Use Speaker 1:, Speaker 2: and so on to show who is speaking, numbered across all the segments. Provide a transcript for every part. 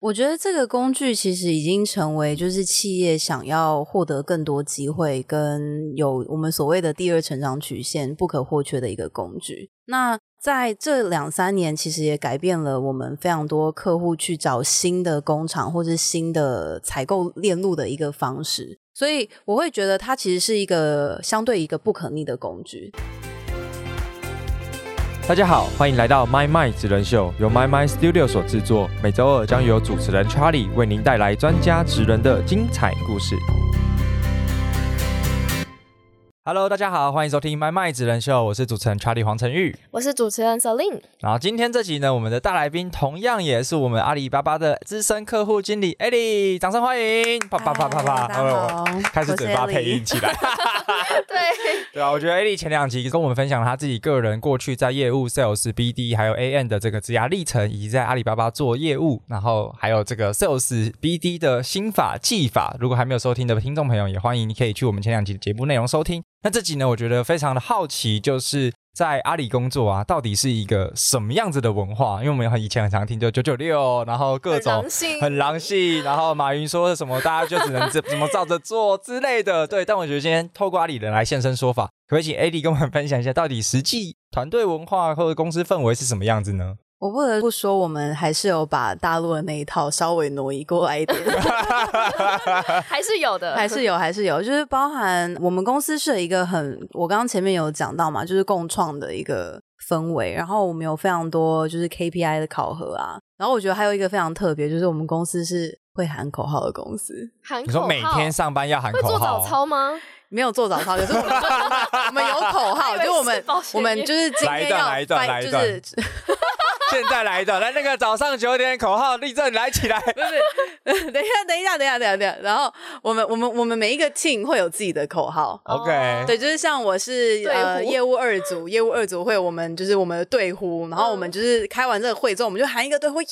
Speaker 1: 我觉得这个工具其实已经成为就是企业想要获得更多机会跟有我们所谓的第二成长曲线不可或缺的一个工具。那在这两三年，其实也改变了我们非常多客户去找新的工厂或是新的采购链路的一个方式，所以我会觉得它其实是一个相对一个不可逆的工具。
Speaker 2: 大家好，欢迎来到 My My 职人秀，由 My My Studio 所制作。每周二将由主持人 Charlie 为您带来专家职人的精彩故事。Hello，大家好，欢迎收听 My My 职人秀，我是主持人 Charlie 黄晨玉。
Speaker 3: 我是主持人 Selin。
Speaker 2: 然后今天这集呢，我们的大来宾同样也是我们阿里巴巴的资深客户经理 Ellie，掌声欢迎！啪啪啪啪
Speaker 1: 嗨
Speaker 2: 啪，
Speaker 1: 大家好
Speaker 2: 哎呦开始嘴巴
Speaker 1: 我是 Ellie
Speaker 2: 配音起来。
Speaker 3: 对，
Speaker 2: 对啊，我觉得 Ali 前两集跟我们分享了他自己个人过去在业务、sales、BD 还有 AN 的这个职涯历程，以及在阿里巴巴做业务，然后还有这个 sales、BD 的心法技法。如果还没有收听的听众朋友，也欢迎你可以去我们前两集的节目内容收听。那这集呢，我觉得非常的好奇，就是在阿里工作啊，到底是一个什么样子的文化？因为我们很以前很常听就九九六，然后各种
Speaker 3: 很狼性
Speaker 2: 很狼性，然后马云说的什么，大家就只能怎怎么照着做之类的。对，但我觉得今天透过阿里人来现身说法，可不可以请 AD 跟我们分享一下，到底实际团队文化或者公司氛围是什么样子呢？
Speaker 1: 我不得不说，我们还是有把大陆的那一套稍微挪移过来一点。
Speaker 3: 还是有 的，
Speaker 1: 还是有，还是有，就是包含我们公司是一个很，我刚刚前面有讲到嘛，就是共创的一个氛围，然后我们有非常多就是 KPI 的考核啊，然后我觉得还有一个非常特别，就是我们公司是会喊口号的公司，
Speaker 3: 喊口号。
Speaker 2: 你说每天上班要喊
Speaker 3: 会
Speaker 2: 口
Speaker 3: 做
Speaker 2: 号
Speaker 3: 早
Speaker 2: 哦，
Speaker 3: 操吗？
Speaker 1: 没有做早操，可是我们我们有口号，
Speaker 3: 我
Speaker 1: 就
Speaker 3: 以为
Speaker 1: 是我
Speaker 3: 是
Speaker 1: 们
Speaker 3: 保险
Speaker 1: 我们就是今
Speaker 2: 来一
Speaker 1: 天
Speaker 2: 段
Speaker 1: 要
Speaker 2: 来一段来一
Speaker 1: 就
Speaker 2: 段
Speaker 1: 是
Speaker 2: 现在来的，来那个早上九点口号立正来起来。
Speaker 1: 等一下，等一下，等一下，等一下，等一下，然后我们我们我们每一个 team 会有自己的口号，
Speaker 3: 哦
Speaker 2: OK
Speaker 1: 对，就是像我是呃
Speaker 3: 队呼
Speaker 1: 业务二组，业务二组会有我们就是我们的队呼，然后我们就是开完这个会之后，我们就喊一个队呼耶，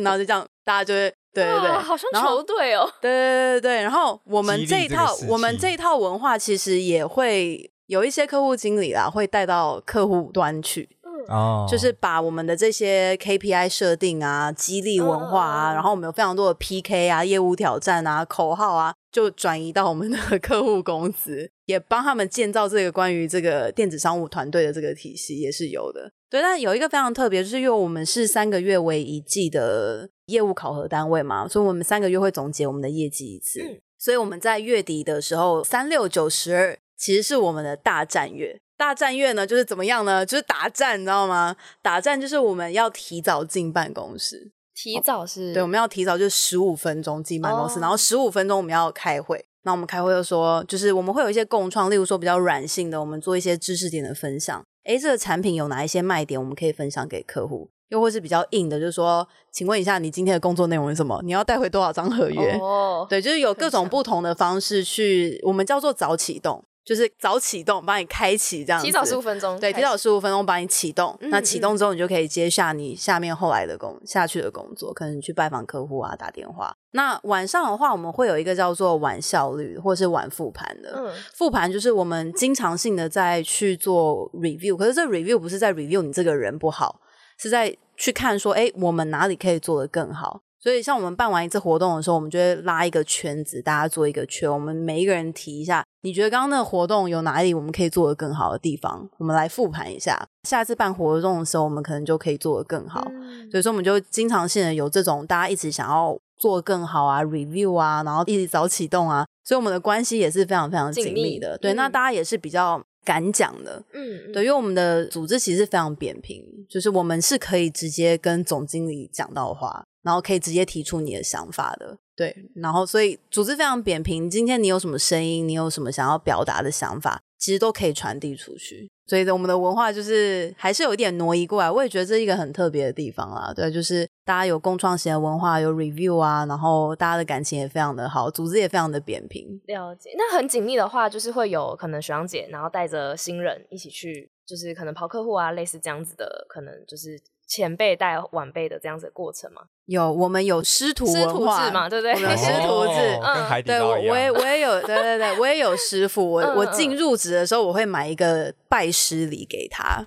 Speaker 1: 然后就这样，大家就会对对对，
Speaker 3: 哇好像
Speaker 1: 然后
Speaker 3: 球队哦。
Speaker 1: 对对对对，然后我们
Speaker 2: 激
Speaker 1: 这
Speaker 2: 励
Speaker 1: 一
Speaker 2: 这个
Speaker 1: 套
Speaker 2: 士
Speaker 1: 我们
Speaker 2: 气
Speaker 1: 这一套文化其实也会有一些客户经理啦，会带到客户端去，
Speaker 2: 哦
Speaker 1: 就是把我们的这些 KPI 设定啊、激励文化啊，
Speaker 3: 嗯嗯嗯
Speaker 1: 然后我们有非常多的 PK 啊、业务挑战啊、口号啊，就转移到我们的 客户公司，也帮他们建造这个关于这个电子商务团队的这个体系也是有的。对，但有一个非常特别，就是因为我们是三个月为一季的业务考核单位嘛，所以我们三个月会总结我们的业绩一次。
Speaker 3: 嗯
Speaker 1: 所以我们在月底的时候，三六九十二其实是我们的大战月。大战月呢，就是怎么样呢？就是打战，你知道吗？打战就是我们要提早进办公室，
Speaker 3: 提早是，
Speaker 1: 对，我们要提早就是十五分钟进办公室，
Speaker 3: 哦
Speaker 1: 然后十五分钟我们要开会。那我们开会就说，就是我们会有一些共创，例如说比较软性的，我们做一些知识点的分享。诶，这个产品有哪一些卖点，我们可以分享给客户？又或是比较硬的，就是说，请问一下，你今天的工作内容是什么？你要带回多少张合约？
Speaker 3: 哦，
Speaker 1: 对，就是有各种
Speaker 3: 强
Speaker 1: 不同的方式去，我们叫做早启动，就是早启动，把你开启这样子。
Speaker 3: 提早十五分钟，
Speaker 1: 对，提早十五分钟把你启动。
Speaker 3: 嗯
Speaker 1: 那启动之后，你就可以接下你下面后来的工下去的工作，可能你去拜访客户啊，打电话。那晚上的话，我们会有一个叫做晚效率或是晚复盘的。
Speaker 3: 嗯
Speaker 1: 复盘就是我们经常性的在去做 review，可是这 review 不是在 review 你这个人不好，是在去看说，哎，我们哪里可以做得更好。所以，像我们办完一次活动的时候，我们就会拉一个圈子，大家做一个圈，我们每一个人提一下，你觉得刚刚那个活动有哪里我们可以做得更好的地方？我们来复盘一下，下次办活动的时候，我们可能就可以做得更好。
Speaker 3: 嗯
Speaker 1: 所以说，我们就经常性的有这种大家一直想要做更好啊，review 啊，然后一直早启动啊，所以我们的关系也是非常非常紧密的。
Speaker 3: 紧密
Speaker 1: 对，
Speaker 3: 嗯
Speaker 1: 那大家也是比较敢讲的，
Speaker 3: 嗯，
Speaker 1: 对，因为我们的组织其实是非常扁平，就是我们是可以直接跟总经理讲到话，然后可以直接提出你的想法的。对，然后所以组织非常扁平，今天你有什么声音，你有什么想要表达的想法，其实都可以传递出去。所以我们的文化就是还是有一点挪移过来，我也觉得这是一个很特别的地方啦。对，就是大家有共创型的文化，有 review 啊，然后大家的感情也非常的好，组织也非常的扁平。
Speaker 3: 了解。那很紧密的话，就是会有可能学长姐，然后带着新人一起去，就是可能跑客户啊，类似这样子的，可能就是前辈带晚辈的这样子的过程嘛。
Speaker 1: 有我们有师徒
Speaker 3: 师
Speaker 1: 文
Speaker 3: 徒
Speaker 1: 化
Speaker 3: 制嘛，对不
Speaker 1: 我们
Speaker 3: 对？
Speaker 1: 有师徒制
Speaker 2: 哦
Speaker 3: 嗯
Speaker 2: 跟海底
Speaker 1: 对我
Speaker 2: 捞一样。
Speaker 1: 我也我也有，对对对，我也有师傅。我
Speaker 3: 嗯
Speaker 1: 我
Speaker 3: 嗯
Speaker 1: 进入职的时候，我会买一个拜师礼给他。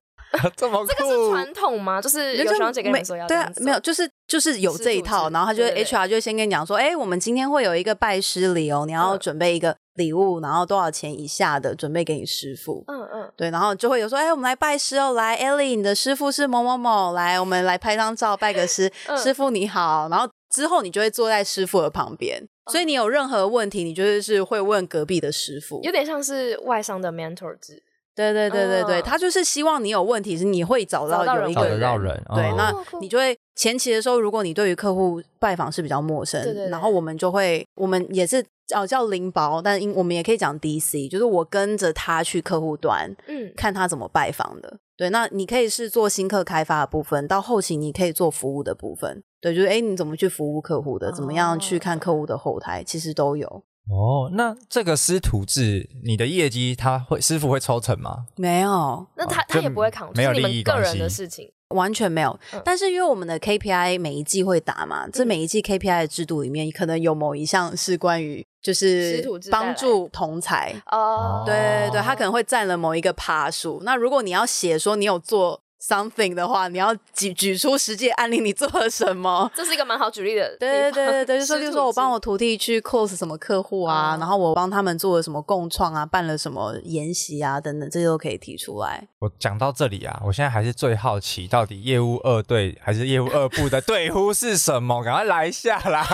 Speaker 2: 这么
Speaker 3: 这个是
Speaker 2: 酷，
Speaker 3: 传统吗？就是有
Speaker 1: 就
Speaker 3: 学长姐跟你
Speaker 1: 每
Speaker 3: 们说要
Speaker 1: 对
Speaker 3: 这
Speaker 1: 啊
Speaker 3: 样，子
Speaker 1: 没有，就是就是有这一套，
Speaker 3: 是
Speaker 1: 然后他就会
Speaker 3: 对对对
Speaker 1: HR 就会先跟你讲说，哎、我们今天会有一个拜师礼哦，你要
Speaker 3: 嗯
Speaker 1: 准备一个礼物，然后多少钱以下的准备给你师傅。
Speaker 3: 嗯嗯，
Speaker 1: 对，然后就会有说，哎、我们来拜师哦，来，Ellie，你的师傅是某某某，来，我们来拍张照，拜个师，
Speaker 3: 嗯
Speaker 1: 师傅你好。然后之后你就会坐在师傅的旁边，所以你有任何问题，你就是是会问隔壁的师傅。
Speaker 3: 嗯有点像是外商的 mentor 制，
Speaker 1: 对对对对对，
Speaker 3: 嗯
Speaker 1: 他就是希望你有问题是你会找
Speaker 3: 找
Speaker 1: 到
Speaker 3: 到
Speaker 1: 有
Speaker 3: 人
Speaker 1: 一
Speaker 2: 找
Speaker 1: 个
Speaker 3: 会
Speaker 2: 得
Speaker 1: 人。
Speaker 2: 到人，
Speaker 1: 对，
Speaker 2: 哦
Speaker 1: 那
Speaker 3: 哦酷
Speaker 1: 你就会前期的时候，如果你对于客户拜访是比较陌生，
Speaker 3: 对对对
Speaker 1: 然后我们就会，我们也是哦叫灵薄，但因我们也可以讲 DC，就是我跟着他去客户端，
Speaker 3: 嗯，
Speaker 1: 看他怎么拜访的。对，那你可以是做新客开发的部分，到后期你可以做服务的部分。对，就是诶，你怎么去服务客户的，怎么样去看客户的后台，其实都有。
Speaker 2: 哦，那这个师徒制，你的业绩他会师傅会抽成吗？
Speaker 1: 没有，
Speaker 3: 那他
Speaker 2: 哦
Speaker 3: 他
Speaker 2: 就
Speaker 3: 也不会扛，
Speaker 2: 没有
Speaker 3: 就是你
Speaker 2: 利益
Speaker 3: 们个
Speaker 2: 关
Speaker 3: 人的
Speaker 2: 系
Speaker 3: 事情，
Speaker 1: 完全没有
Speaker 3: 嗯。
Speaker 1: 但是因为我们的 KPI 每一季会打嘛，这每一季 KPI 的制度里面，可能有某一项是关于就
Speaker 3: 师
Speaker 1: 是
Speaker 3: 徒制带来
Speaker 1: 帮助同才。
Speaker 3: 哦，
Speaker 1: 对对对，他可能会占了某一个趴数。那如果你要写说你有做 something 的话，你要举举出实际案例，你做了什么？
Speaker 3: 这是一个蛮好举例的地
Speaker 1: 对对
Speaker 3: 方，
Speaker 1: 对对 对，就说，
Speaker 3: 师
Speaker 1: 就
Speaker 3: 徒
Speaker 1: 说我
Speaker 3: 制
Speaker 1: 帮我徒弟去 close 什么客户啊，
Speaker 3: 哦
Speaker 1: 然后我帮他们做了什么共创啊，办了什么研习啊，等等，这些都可以提出来。
Speaker 2: 我讲到这里啊，我现在还是最好奇，到底业务二队还是业务二部的队呼是什么？赶快来一下啦，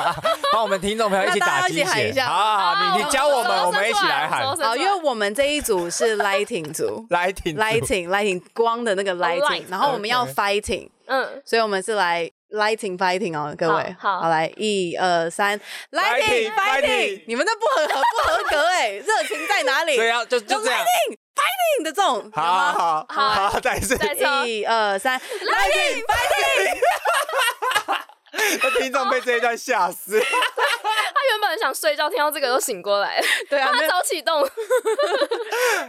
Speaker 2: 帮我们听众朋友一起
Speaker 1: 那大
Speaker 2: 打
Speaker 1: 家一
Speaker 2: 鸡
Speaker 1: 起喊一
Speaker 2: 血！
Speaker 1: 下
Speaker 2: 好好好，啊
Speaker 3: 哦
Speaker 2: 你你教我们，
Speaker 3: 手
Speaker 2: 我们一起来
Speaker 3: 手
Speaker 2: 喊
Speaker 3: 伸出
Speaker 1: 好，因为我们这一组是 lighting 组
Speaker 2: 来挺
Speaker 1: ，lighting lighting 光的那个 lighting，
Speaker 3: light，
Speaker 1: 然后我们要
Speaker 2: OK
Speaker 1: fighting，
Speaker 3: 嗯，
Speaker 1: 所以我们是来 lighting fighting 哦，各位，
Speaker 3: 好好
Speaker 1: 来一二三
Speaker 2: Lighting，
Speaker 1: ，lighting
Speaker 2: fighting
Speaker 1: fighting，你们这不合不合格哎，热情在哪里？
Speaker 2: 对啊，就就这样，
Speaker 1: 硬的这种，
Speaker 2: 好
Speaker 1: 好
Speaker 2: 好好，好再一次，
Speaker 3: 再一次哦
Speaker 1: 一二三，lighting fighting，
Speaker 2: 听众被这一段吓死。
Speaker 3: 他原本想睡觉，听到这个都醒过来了，
Speaker 1: 对啊，
Speaker 3: 他
Speaker 1: 那
Speaker 3: 早启动，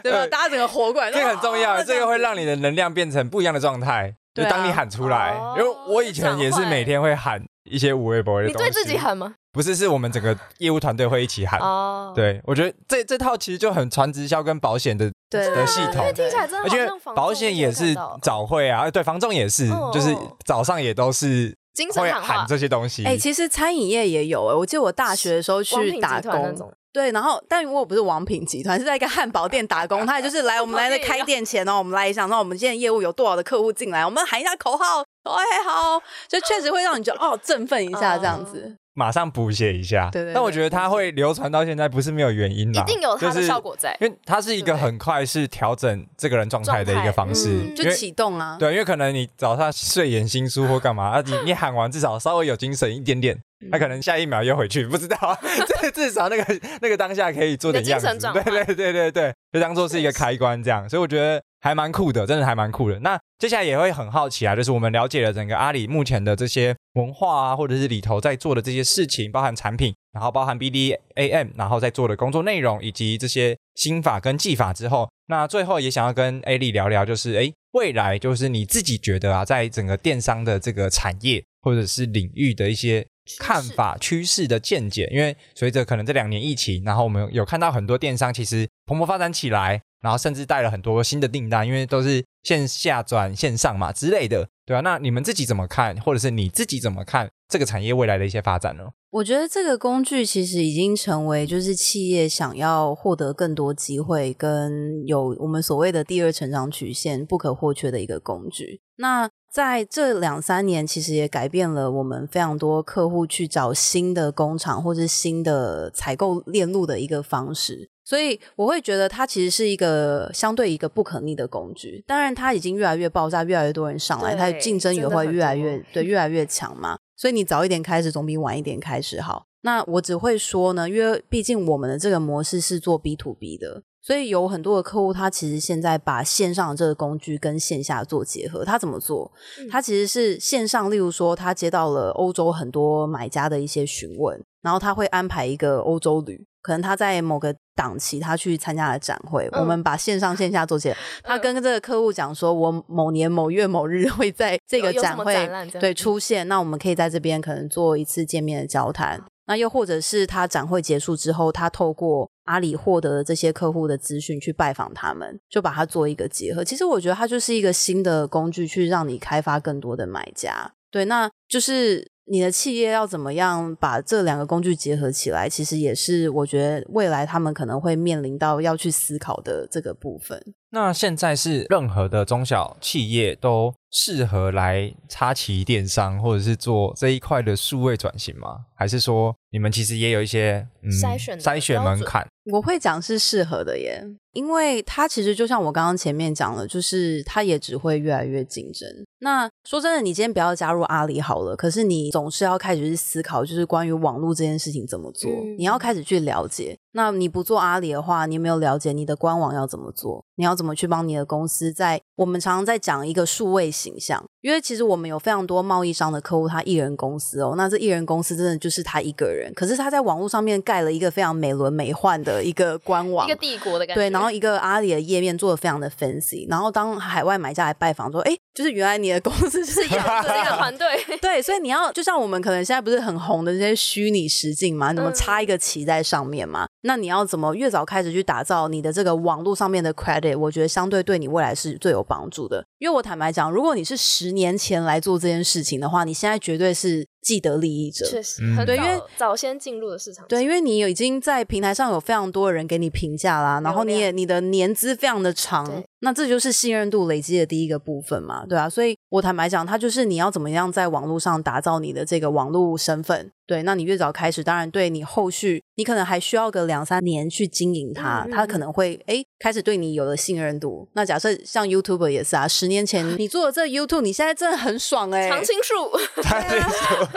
Speaker 1: 对吧？大家整个活过来，
Speaker 2: 呃
Speaker 1: 哦
Speaker 2: 这个很重要，这个会让
Speaker 1: 你。
Speaker 2: 你的能量变成不一样的状态。就
Speaker 1: 对啊
Speaker 2: 当你喊出来
Speaker 3: 哦，
Speaker 2: 因为我以前也是每天会喊一些无微不微的
Speaker 3: 你
Speaker 2: 东西。
Speaker 3: 对自己？喊吗？
Speaker 2: 不是，是我们整个业务团队会一起喊。
Speaker 3: 哦，
Speaker 2: 对，我觉得这这套其实就很传直销跟保险的
Speaker 1: 对
Speaker 2: 的系
Speaker 3: 因
Speaker 2: 统
Speaker 3: 为，听起来真的
Speaker 2: 而
Speaker 3: 好
Speaker 2: 且
Speaker 3: 像房仲
Speaker 2: 保险也
Speaker 3: 我之
Speaker 2: 是
Speaker 3: 前看到
Speaker 2: 早会啊，对，房仲也是
Speaker 3: 哦，
Speaker 2: 就是
Speaker 3: 哦
Speaker 2: 早上也都是
Speaker 3: 精神
Speaker 2: 会
Speaker 3: 喊话
Speaker 2: 喊这些东西
Speaker 1: 哎、。其实餐饮业也有哎、我记得我大学的时候
Speaker 3: 王
Speaker 1: 去
Speaker 3: 品
Speaker 1: 打
Speaker 3: 集团那
Speaker 1: 工
Speaker 3: 种，
Speaker 1: 对，然后但我不是王品集团，是在一个汉堡店打工，他也就是来我们来 那开店前哦，我们来一下，那我们今天业务有多少的客户进来，我们喊一下口号，哎好，就确实会让你觉得哦振奋一下这样子，
Speaker 2: 马上补写一下。
Speaker 1: 对对对
Speaker 2: 但我觉得它会流传到现在，不是没有原因啦，
Speaker 3: 一定有它
Speaker 2: 就
Speaker 3: 的
Speaker 2: 是
Speaker 3: 效果在。
Speaker 2: 因为它是一个很快是调整这个人状态的一个方式，
Speaker 3: 嗯
Speaker 1: 就
Speaker 2: 因为
Speaker 1: 启动啊，
Speaker 2: 对，因为可能你早上睡眼惺忪或干嘛啊，你你喊完至少稍微有精神一点点，
Speaker 3: 嗯
Speaker 2: 那、可能下一秒又回去，不知道 啊，至至少那个那个当下可以做点
Speaker 3: 你的
Speaker 2: 样
Speaker 3: 精神
Speaker 2: 子，
Speaker 3: 转
Speaker 2: 对
Speaker 3: 换
Speaker 2: 对对对对，就当做是一个开关这样，所以我觉得还蛮酷的，真的还蛮酷的。那接下来也会很好奇啊，就是我们了解了整个阿里目前的这些文化啊，或者是里头在做的这些事情，包含产品，然后包含 BDAM，然后在做的工作内容以及这些心法跟技法之后，那最后也想要跟 A 丽聊聊，就是诶，未来就是你自己觉得啊，在整个电商的这个产业或者是领域的一些看法、趋势的见解，因为随着可能这两年疫情，然后我们有看到很多电商其实蓬勃发展起来，然后甚至带了很多新的订单，因为都是线下转线上嘛之类的，对啊，那你们自己怎么看，或者是你自己怎么看这个产业未来的一些发展呢？
Speaker 1: 我觉得这个工具其实已经成为就是企业想要获得更多机会跟有我们所谓的第二成长曲线不可或缺的一个工具。那在这两三年，其实也改变了我们非常多客户去找新的工厂或是新的采购链路的一个方式。所以我会觉得它其实是一个相对一个不可逆的工具。当然，它已经越来越爆炸，越来越多人上来，
Speaker 3: 对
Speaker 1: 它的竞争也
Speaker 3: 真的
Speaker 1: 会
Speaker 3: 很
Speaker 1: 越来
Speaker 3: 多
Speaker 1: 越对越来越强嘛。所以你早一点开始总比晚一点开始好。那我只会说呢，因为毕竟我们的这个模式是做 B to B 的，所以有很多的客户他其实现在把线上的这个工具跟线下做结合。他怎么做？
Speaker 3: 嗯
Speaker 1: 他其实是线上，例如说他接到了欧洲很多买家的一些询问，然后他会安排一个欧洲旅，可能他在某个档期他去参加了展会，
Speaker 3: 嗯
Speaker 1: 我们把线上线下做起 来。他跟这个客户讲说，我某年某月某日会在这个
Speaker 3: 有有什
Speaker 1: 展
Speaker 3: 么
Speaker 1: 会
Speaker 3: 展览这样
Speaker 1: 对
Speaker 3: 嗯
Speaker 1: 出现，那我们可以在这边可能做一次见面的交谈。那又或者是他展会结束之后，他透过阿里获得的这些客户的资讯去拜访他们，就把它做一个结合。其实我觉得它就是一个新的工具，去让你开发更多的买家。对，那就是你的企业要怎么样把这两个工具结合起来，其实也是我觉得未来他们可能会面临到要去思考的这个部分。
Speaker 2: 那现在是任何的中小企业都适合来插旗电商，或者是做这一块的数位转型吗？还是说你们其实也有一些、嗯、
Speaker 3: 筛选的
Speaker 2: 筛选
Speaker 3: 标
Speaker 2: 门
Speaker 3: 准
Speaker 2: 槛？
Speaker 1: 我会讲是适合的耶，因为它其实就像我刚刚前面讲了，就是它也只会越来越竞争。那说真的，你今天不要加入阿里好了，可是你总是要开始去思考，就是关于网络这件事情怎么做，
Speaker 3: 嗯
Speaker 1: 你要开始去了解。那你不做阿里的话，你有没有了解你的官网要怎么做？你要怎么去帮你的公司在？我们常常在讲一个数位形象，因为其实我们有非常多贸易商的客户，他一人公司哦，那这一人公司真的就是他一个人，可是他在网络上面盖了一个非常美轮美奂的一个官网
Speaker 3: 一个，帝国的感觉。
Speaker 1: 对，然后一个阿里的页面做的非常的 fancy，然后当海外买家来拜访说，哎，就是原来你的公司 是一
Speaker 3: 这
Speaker 1: 样
Speaker 3: 样子的一个团队，
Speaker 1: 对，所以你要就像我们可能现在不是很红的这些虚拟实境嘛，怎么
Speaker 3: 嗯
Speaker 1: 插一个旗在上面嘛？那你要怎么越早开始去打造你的这个网络上面的 credit？我觉得相对对你未来是最有帮助的。因为我坦白讲，如果你是十年前来做这件事情的话，你现在绝对是既得利益者。
Speaker 3: 确实
Speaker 2: 嗯
Speaker 3: 很
Speaker 1: 对因为
Speaker 3: 早早先进入的市场，
Speaker 1: 对，，因为你有已经在平台上有非常多人给你评价啦，然后你也你的年资非常的长
Speaker 3: 对，
Speaker 1: 那这就是信任度累积的第一个部分嘛，对啊，所以我坦白讲，它就是你要怎么样在网络上打造你的这个网络身份，对，那你越早开始，当然对你后续你可能还需要个两三年去经营它
Speaker 3: 嗯嗯，
Speaker 1: 它
Speaker 3: 嗯
Speaker 1: 可能会诶开始对你有了信任度。那假设像 YouTube 也是啊，十年前 你做了这 YouTube，你现在真的很爽哎、
Speaker 3: 常青树
Speaker 2: 他这 说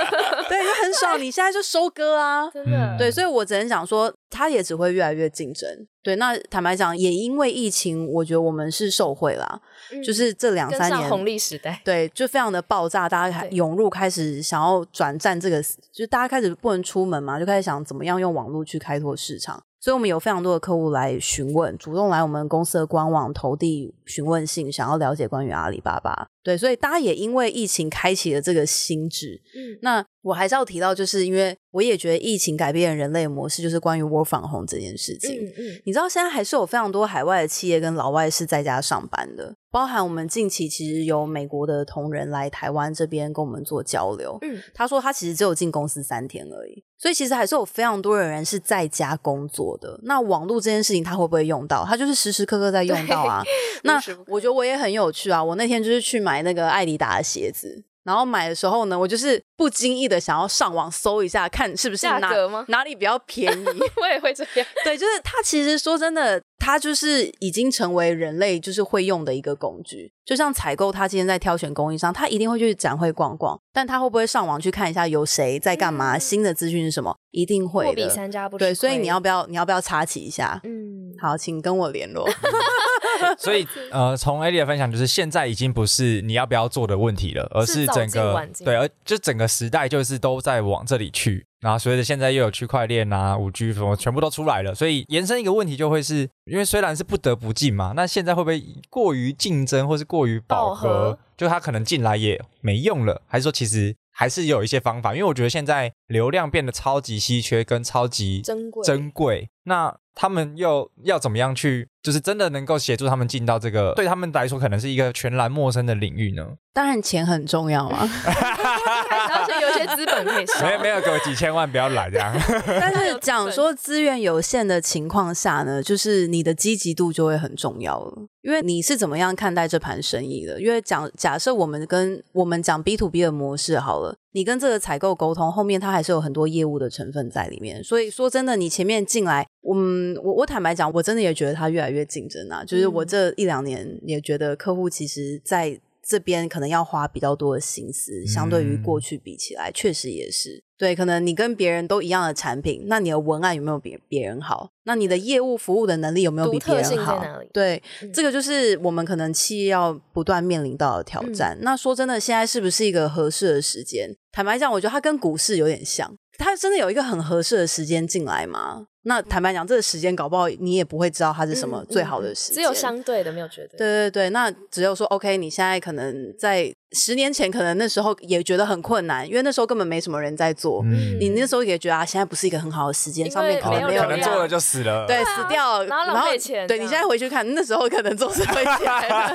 Speaker 1: 对，就很爽，你现在就收割啊，
Speaker 3: 真的
Speaker 2: 嗯
Speaker 1: 对，所以我只能讲说，它也只会越来越竞争。对，那坦白讲，也因为疫情，我觉得我们是受惠啦，
Speaker 3: 嗯
Speaker 1: 就是这两
Speaker 3: 跟
Speaker 1: 三
Speaker 3: 上红
Speaker 1: 年。
Speaker 3: 利时代，
Speaker 1: 对，就非常的爆炸，大家开
Speaker 3: 对
Speaker 1: 涌入，开始想要转战这个，就大家开始不能出门嘛，就开始想怎么样用网络去开拓市场。所以我们有非常多的客户来询问，主动来我们公司的官网投递询问信，想要了解关于阿里巴巴。对，所以大家也因为疫情开启了这个心智，
Speaker 3: 嗯，
Speaker 1: 那我还是要提到，就是因为我也觉得疫情改变了人类的模式，就是关于 work from home 这件事情。
Speaker 3: 嗯嗯，
Speaker 1: 你知道现在还是有非常多海外的企业跟老外是在家上班的，包含我们近期其实有美国的同仁来台湾这边跟我们做交流。
Speaker 3: 嗯，
Speaker 1: 他说他其实只有进公司三天而已，所以其实还是有非常多的人是在家工作的。那网络这件事情他会不会用到？他就是时时刻刻在用到啊。那
Speaker 3: 无时无刻
Speaker 1: 我觉得我也很有趣啊！我那天就是去买那个艾迪达的鞋子，然后买的时候呢，我就是不经意的想要上网搜一下，看是不是
Speaker 3: 价
Speaker 1: 哪
Speaker 3: 格吗
Speaker 1: 哪里比较便宜。
Speaker 3: 我也会这样，
Speaker 1: 对，就是它其实说真的，它就是已经成为人类就是会用的一个工具。就像采购，他今天在挑选供应商，他一定会去展会逛逛，但他会不会上网去看一下有谁在干嘛，
Speaker 3: 嗯
Speaker 1: 新的资讯是什么？一定会
Speaker 3: 货比
Speaker 1: 的。
Speaker 3: 三家不吃
Speaker 1: 对，所以
Speaker 3: 亏
Speaker 1: 你要不要你要不要插旗一下？
Speaker 3: 嗯，
Speaker 1: 好，请跟我联络。
Speaker 2: 所 以呃，从 A 莉的分享，就是现在已经不是你要不要做的问题了，而
Speaker 3: 是
Speaker 2: 是
Speaker 3: 早
Speaker 2: 整
Speaker 3: 进
Speaker 2: 个
Speaker 3: 晚进
Speaker 2: 对，而就整个时代就是都在往这里去。然后随着现在又有区块链啊、五 G 什么，全部都出来了，所以延伸一个问题就会是，因为虽然是不得不进嘛，那现在会不会过于竞争，或是过于饱
Speaker 3: 饱和
Speaker 2: 和？就它可能进来也没用了，还是说其实还是有一些方法？因为我觉得现在流量变得超级稀缺，跟超级
Speaker 3: 珍贵
Speaker 2: 珍贵。那他们又要怎么样去，就是真的能够协助他们进到这个对他们来说可能是一个全然陌生的领域呢？
Speaker 1: 当然，钱很重要啊。
Speaker 3: 而且有一些资本可以 烧，
Speaker 2: 没有没有，给我几千万不要来这 样。
Speaker 1: 但是讲说资源有限的情况下呢，就是你的积极度就会很重要了，因为你是怎么样看待这盘生意的？因为讲假设我们跟我们讲 B to B 的模式好了，你跟这个采购沟通，后面它还是有很多业务的成分在里面。所以说真的，你前面进来，嗯，我我坦白讲，我真的也觉得它越来越竞争啊。就是我这一两年也觉得客户其实在。这边可能要花比较多的心思，相对于过
Speaker 2: 嗯
Speaker 1: 去。去比起来，确实也是对。可能你跟别人都一样的产品，那你的文案有没有比别人好？那你的业务服务的能力有没有比
Speaker 3: 独
Speaker 1: 别
Speaker 3: 特性
Speaker 1: 人
Speaker 3: 在
Speaker 1: 好？
Speaker 3: 哪里？
Speaker 1: 对，
Speaker 3: 嗯
Speaker 1: 这个就是我们可能企业要不断面临到的挑
Speaker 3: 嗯
Speaker 1: 战。那说真的，现在是不是一个合适的时间？坦白讲，我觉得它跟股市有点像，它真的有一个很合适的时间进来吗？那坦白讲，这个时间搞不好你也不会知道它是什么
Speaker 3: 嗯
Speaker 1: 最好的时间，
Speaker 3: 只有相对的，没有绝
Speaker 1: 对
Speaker 3: 对。
Speaker 1: 对对，那只有说 OK，你现在可能在十年前，可能那时候也觉得很困难，因为那时候根本没什么人在做。
Speaker 2: 嗯，
Speaker 1: 你那时候也觉得啊，现在不是一个很好的时间，
Speaker 3: 因
Speaker 1: 上面
Speaker 3: 为
Speaker 1: 可
Speaker 2: 好
Speaker 3: 没
Speaker 1: 能没
Speaker 3: 有
Speaker 1: 有
Speaker 2: 哦可
Speaker 3: 流
Speaker 1: 人
Speaker 2: 能
Speaker 3: 量
Speaker 2: 做了就死了。
Speaker 1: 对，
Speaker 3: 对啊
Speaker 1: 死掉，
Speaker 3: 然后浪费钱
Speaker 1: 对
Speaker 3: 这
Speaker 1: 你
Speaker 3: 样
Speaker 1: 现在回去看，那时候可能做是会钱。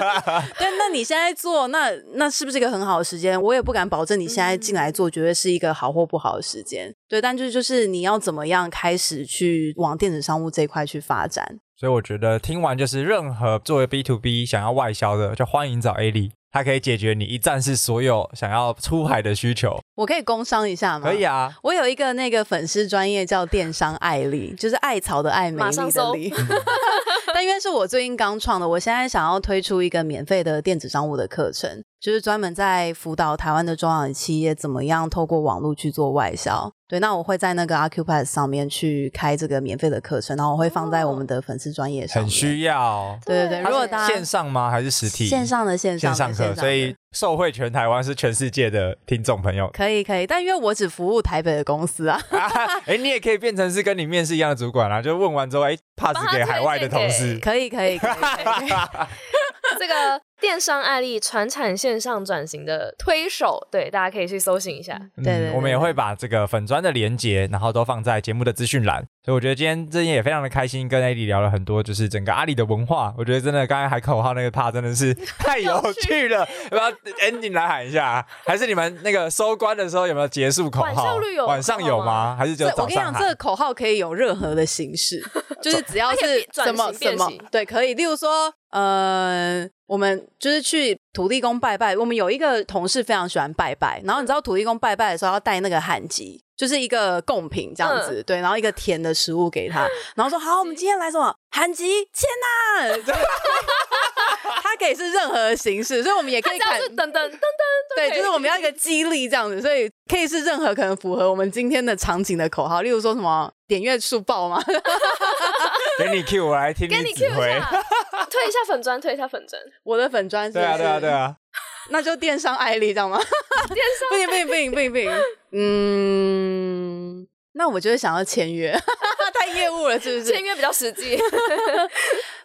Speaker 1: 对，那你现在做，那那是不是一个很好的时间？我也不敢保证你现在进来
Speaker 3: 嗯
Speaker 1: 做，绝对是一个好或不好的时间。对，但就是就是你要怎么样开始去往电子商务这一块去发展？
Speaker 2: 所以我觉得听完就是，任何作为 B to B 想要外销的，就欢迎找 A 莉，她可以解决你一站式所有想要出海的需求。
Speaker 1: 我可以工商一下吗？
Speaker 2: 可以啊，
Speaker 1: 我有一个那个粉丝专业叫电商艾丽，就是艾草的艾，美
Speaker 3: 马
Speaker 1: 丽
Speaker 3: 上
Speaker 1: 的
Speaker 3: 搜
Speaker 1: 丽。 但因为是我最近刚创的，我现在想要推出一个免费的电子商务的课程，就是专门在辅导台湾的中小企业怎么样透过网络去做外销。对，那我会在那个 Acupass 上面去开这个免费的课程，然后我会放在我们的粉丝专业上面。
Speaker 2: 很需要。
Speaker 1: 对对对，
Speaker 3: 它
Speaker 1: 如果
Speaker 3: 是
Speaker 1: 大家
Speaker 2: 线上吗？还是实体？
Speaker 1: 线上的线上
Speaker 2: 线
Speaker 1: 的
Speaker 2: 上课，
Speaker 1: 的
Speaker 2: 所以受惠全台湾是全世界的听众朋友。
Speaker 1: 可以可以，但因为我只服务台北的公司啊。
Speaker 2: 哎，你也可以变成是跟你面试一样的主管啦、就问完之后，哎，pass
Speaker 3: 帮他
Speaker 2: 给海外的同
Speaker 3: 推荐
Speaker 2: 事
Speaker 3: 给。
Speaker 1: 可以可以可以，可以
Speaker 3: 这个电商案例，传产线上转型的推手，对，大家可以去搜寻一下。
Speaker 2: 嗯
Speaker 1: 对对对
Speaker 2: 我们也会把这个粉砖的连接，然后都放在节目的资讯栏。所以我觉得今天真的也非常的开心，跟 AD 聊了很多，就是整个阿里的文化。我觉得真的刚才喊口号那个 part 真的是 太有趣 了，要不要 ending 来喊一下、啊？还是你们那个收官的时候有没有结束口号？
Speaker 3: 晚上录有
Speaker 2: 晚上有
Speaker 3: 口号
Speaker 2: 吗？还是只有
Speaker 1: 这
Speaker 2: 早
Speaker 1: 我跟你
Speaker 2: 上
Speaker 1: 讲，这
Speaker 2: 喊？
Speaker 1: 个口号可以有任何的形 式，就是只要
Speaker 3: 它可
Speaker 1: 是
Speaker 3: 以变转
Speaker 1: 什么
Speaker 3: 型
Speaker 1: 什
Speaker 3: 变
Speaker 1: 么
Speaker 3: 形
Speaker 1: 对，可以。例如说，呃，我们就是去土地公拜拜，我们有一个同事非常喜欢拜拜，然后你
Speaker 3: 嗯
Speaker 1: 知道土地公拜拜的时候要带那个旱鸡。就是一个贡品这样
Speaker 3: 嗯
Speaker 1: 子，对，然后一个甜的食物给 他，然后说好，我们今天来什么韩吉千呐， 它可以是任何形式，所以我们也可以
Speaker 3: 只要
Speaker 1: 看
Speaker 3: 是噔噔噔噔，
Speaker 1: 对，
Speaker 3: 可以
Speaker 1: 就是我们要一个激励这样子，所以可以是任何可能符合我们今天的场景的口号，例如说什么点阅数爆吗？
Speaker 2: 给你 Q，我来听
Speaker 3: 给你 Q
Speaker 2: 指
Speaker 3: 一
Speaker 2: 挥。
Speaker 3: 下， 推一下粉砖，推一下粉砖，
Speaker 1: 我的粉砖是不
Speaker 2: 对
Speaker 1: 是
Speaker 2: 啊，对啊，对，啊。
Speaker 1: 那就电商艾丽这样吗？
Speaker 3: 电商
Speaker 1: 不行不行不行不行不行，嗯，那我就是想要签约， 太业务了是不
Speaker 3: 签
Speaker 1: 是？
Speaker 3: 约比较实际。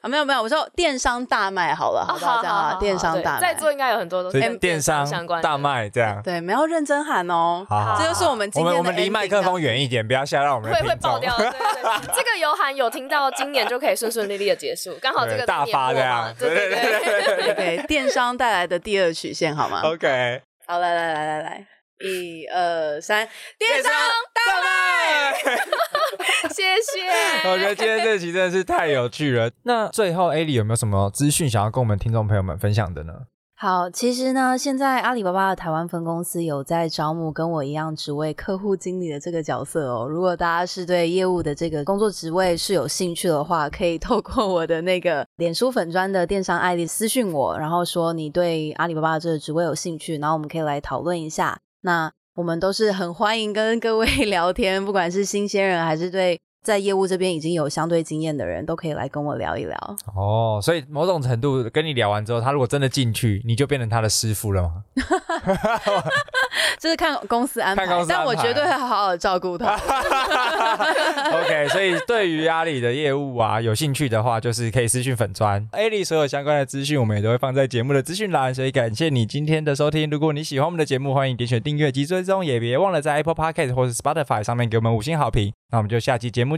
Speaker 1: 啊，没有没有，我说电商大卖好了，好不好？这样啊，电商
Speaker 3: 对
Speaker 1: 大卖，
Speaker 3: 在座应该有很多都
Speaker 2: 所
Speaker 3: 是
Speaker 2: 以
Speaker 3: 跟
Speaker 2: 电商
Speaker 3: 相关的
Speaker 2: 大卖这样。
Speaker 1: 对，没有认真喊哦。
Speaker 2: 好好好
Speaker 1: 这就是我们今
Speaker 2: 我
Speaker 1: 天
Speaker 2: 们
Speaker 1: 的
Speaker 2: 我们离
Speaker 1: ending
Speaker 2: 麦克风远一点，不要吓到我们的
Speaker 3: 啊会
Speaker 2: 听
Speaker 3: 会爆
Speaker 2: 众。
Speaker 3: 掉，对对对，这个有喊有听到，今年就可以顺顺利利的结束，刚好这
Speaker 2: 对
Speaker 3: 个
Speaker 2: 大发
Speaker 3: 这
Speaker 2: 这样
Speaker 3: 对对
Speaker 2: 对
Speaker 3: 对对，
Speaker 1: 对对电商带来的第二曲线好吗？
Speaker 2: OK，
Speaker 1: 好，来来来来来，一二三，电商
Speaker 2: 大卖。
Speaker 3: 谢谢。
Speaker 2: 我觉得今天这集真的是太有趣了。那最后 A 里有没有什么资讯想要跟我们听众朋友们分享的呢？
Speaker 1: 好，其实呢，现在阿里巴巴的台湾分公司有在招募跟我一样职位客户经理的这个角色哦。如果大家是对业务的这个工作职位是有兴趣的话，可以透过我的那个脸书粉砖的电商艾丽私讯我，然后说你对阿里巴巴的这个职位有兴趣，然后我们可以来讨论一下。那我们都是很欢迎跟各位 聊天，不管是新鲜人还是对在业务这边已经有相对经验的人，都可以来跟我聊一 聊。
Speaker 2: 哦，所以某种程度跟你聊完之后，他如果真的进去，你就变成他的师傅了吗？
Speaker 1: 就是看公司安排，
Speaker 2: 看公司安
Speaker 1: 但
Speaker 2: 排
Speaker 1: 我绝对会好好照顾他。
Speaker 2: OK，所以对于阿里的业务啊，有兴趣的话，就是可以私讯粉砖。A 里所有相关的资讯，我们也都会放在节目的资讯栏，所以感谢你今天的收听。如果你喜欢我们的节目，欢迎点选订阅及追踪，也别忘了在 Apple Podcast 或是 Spotify 上面给我们五星好评。那我们就下期节目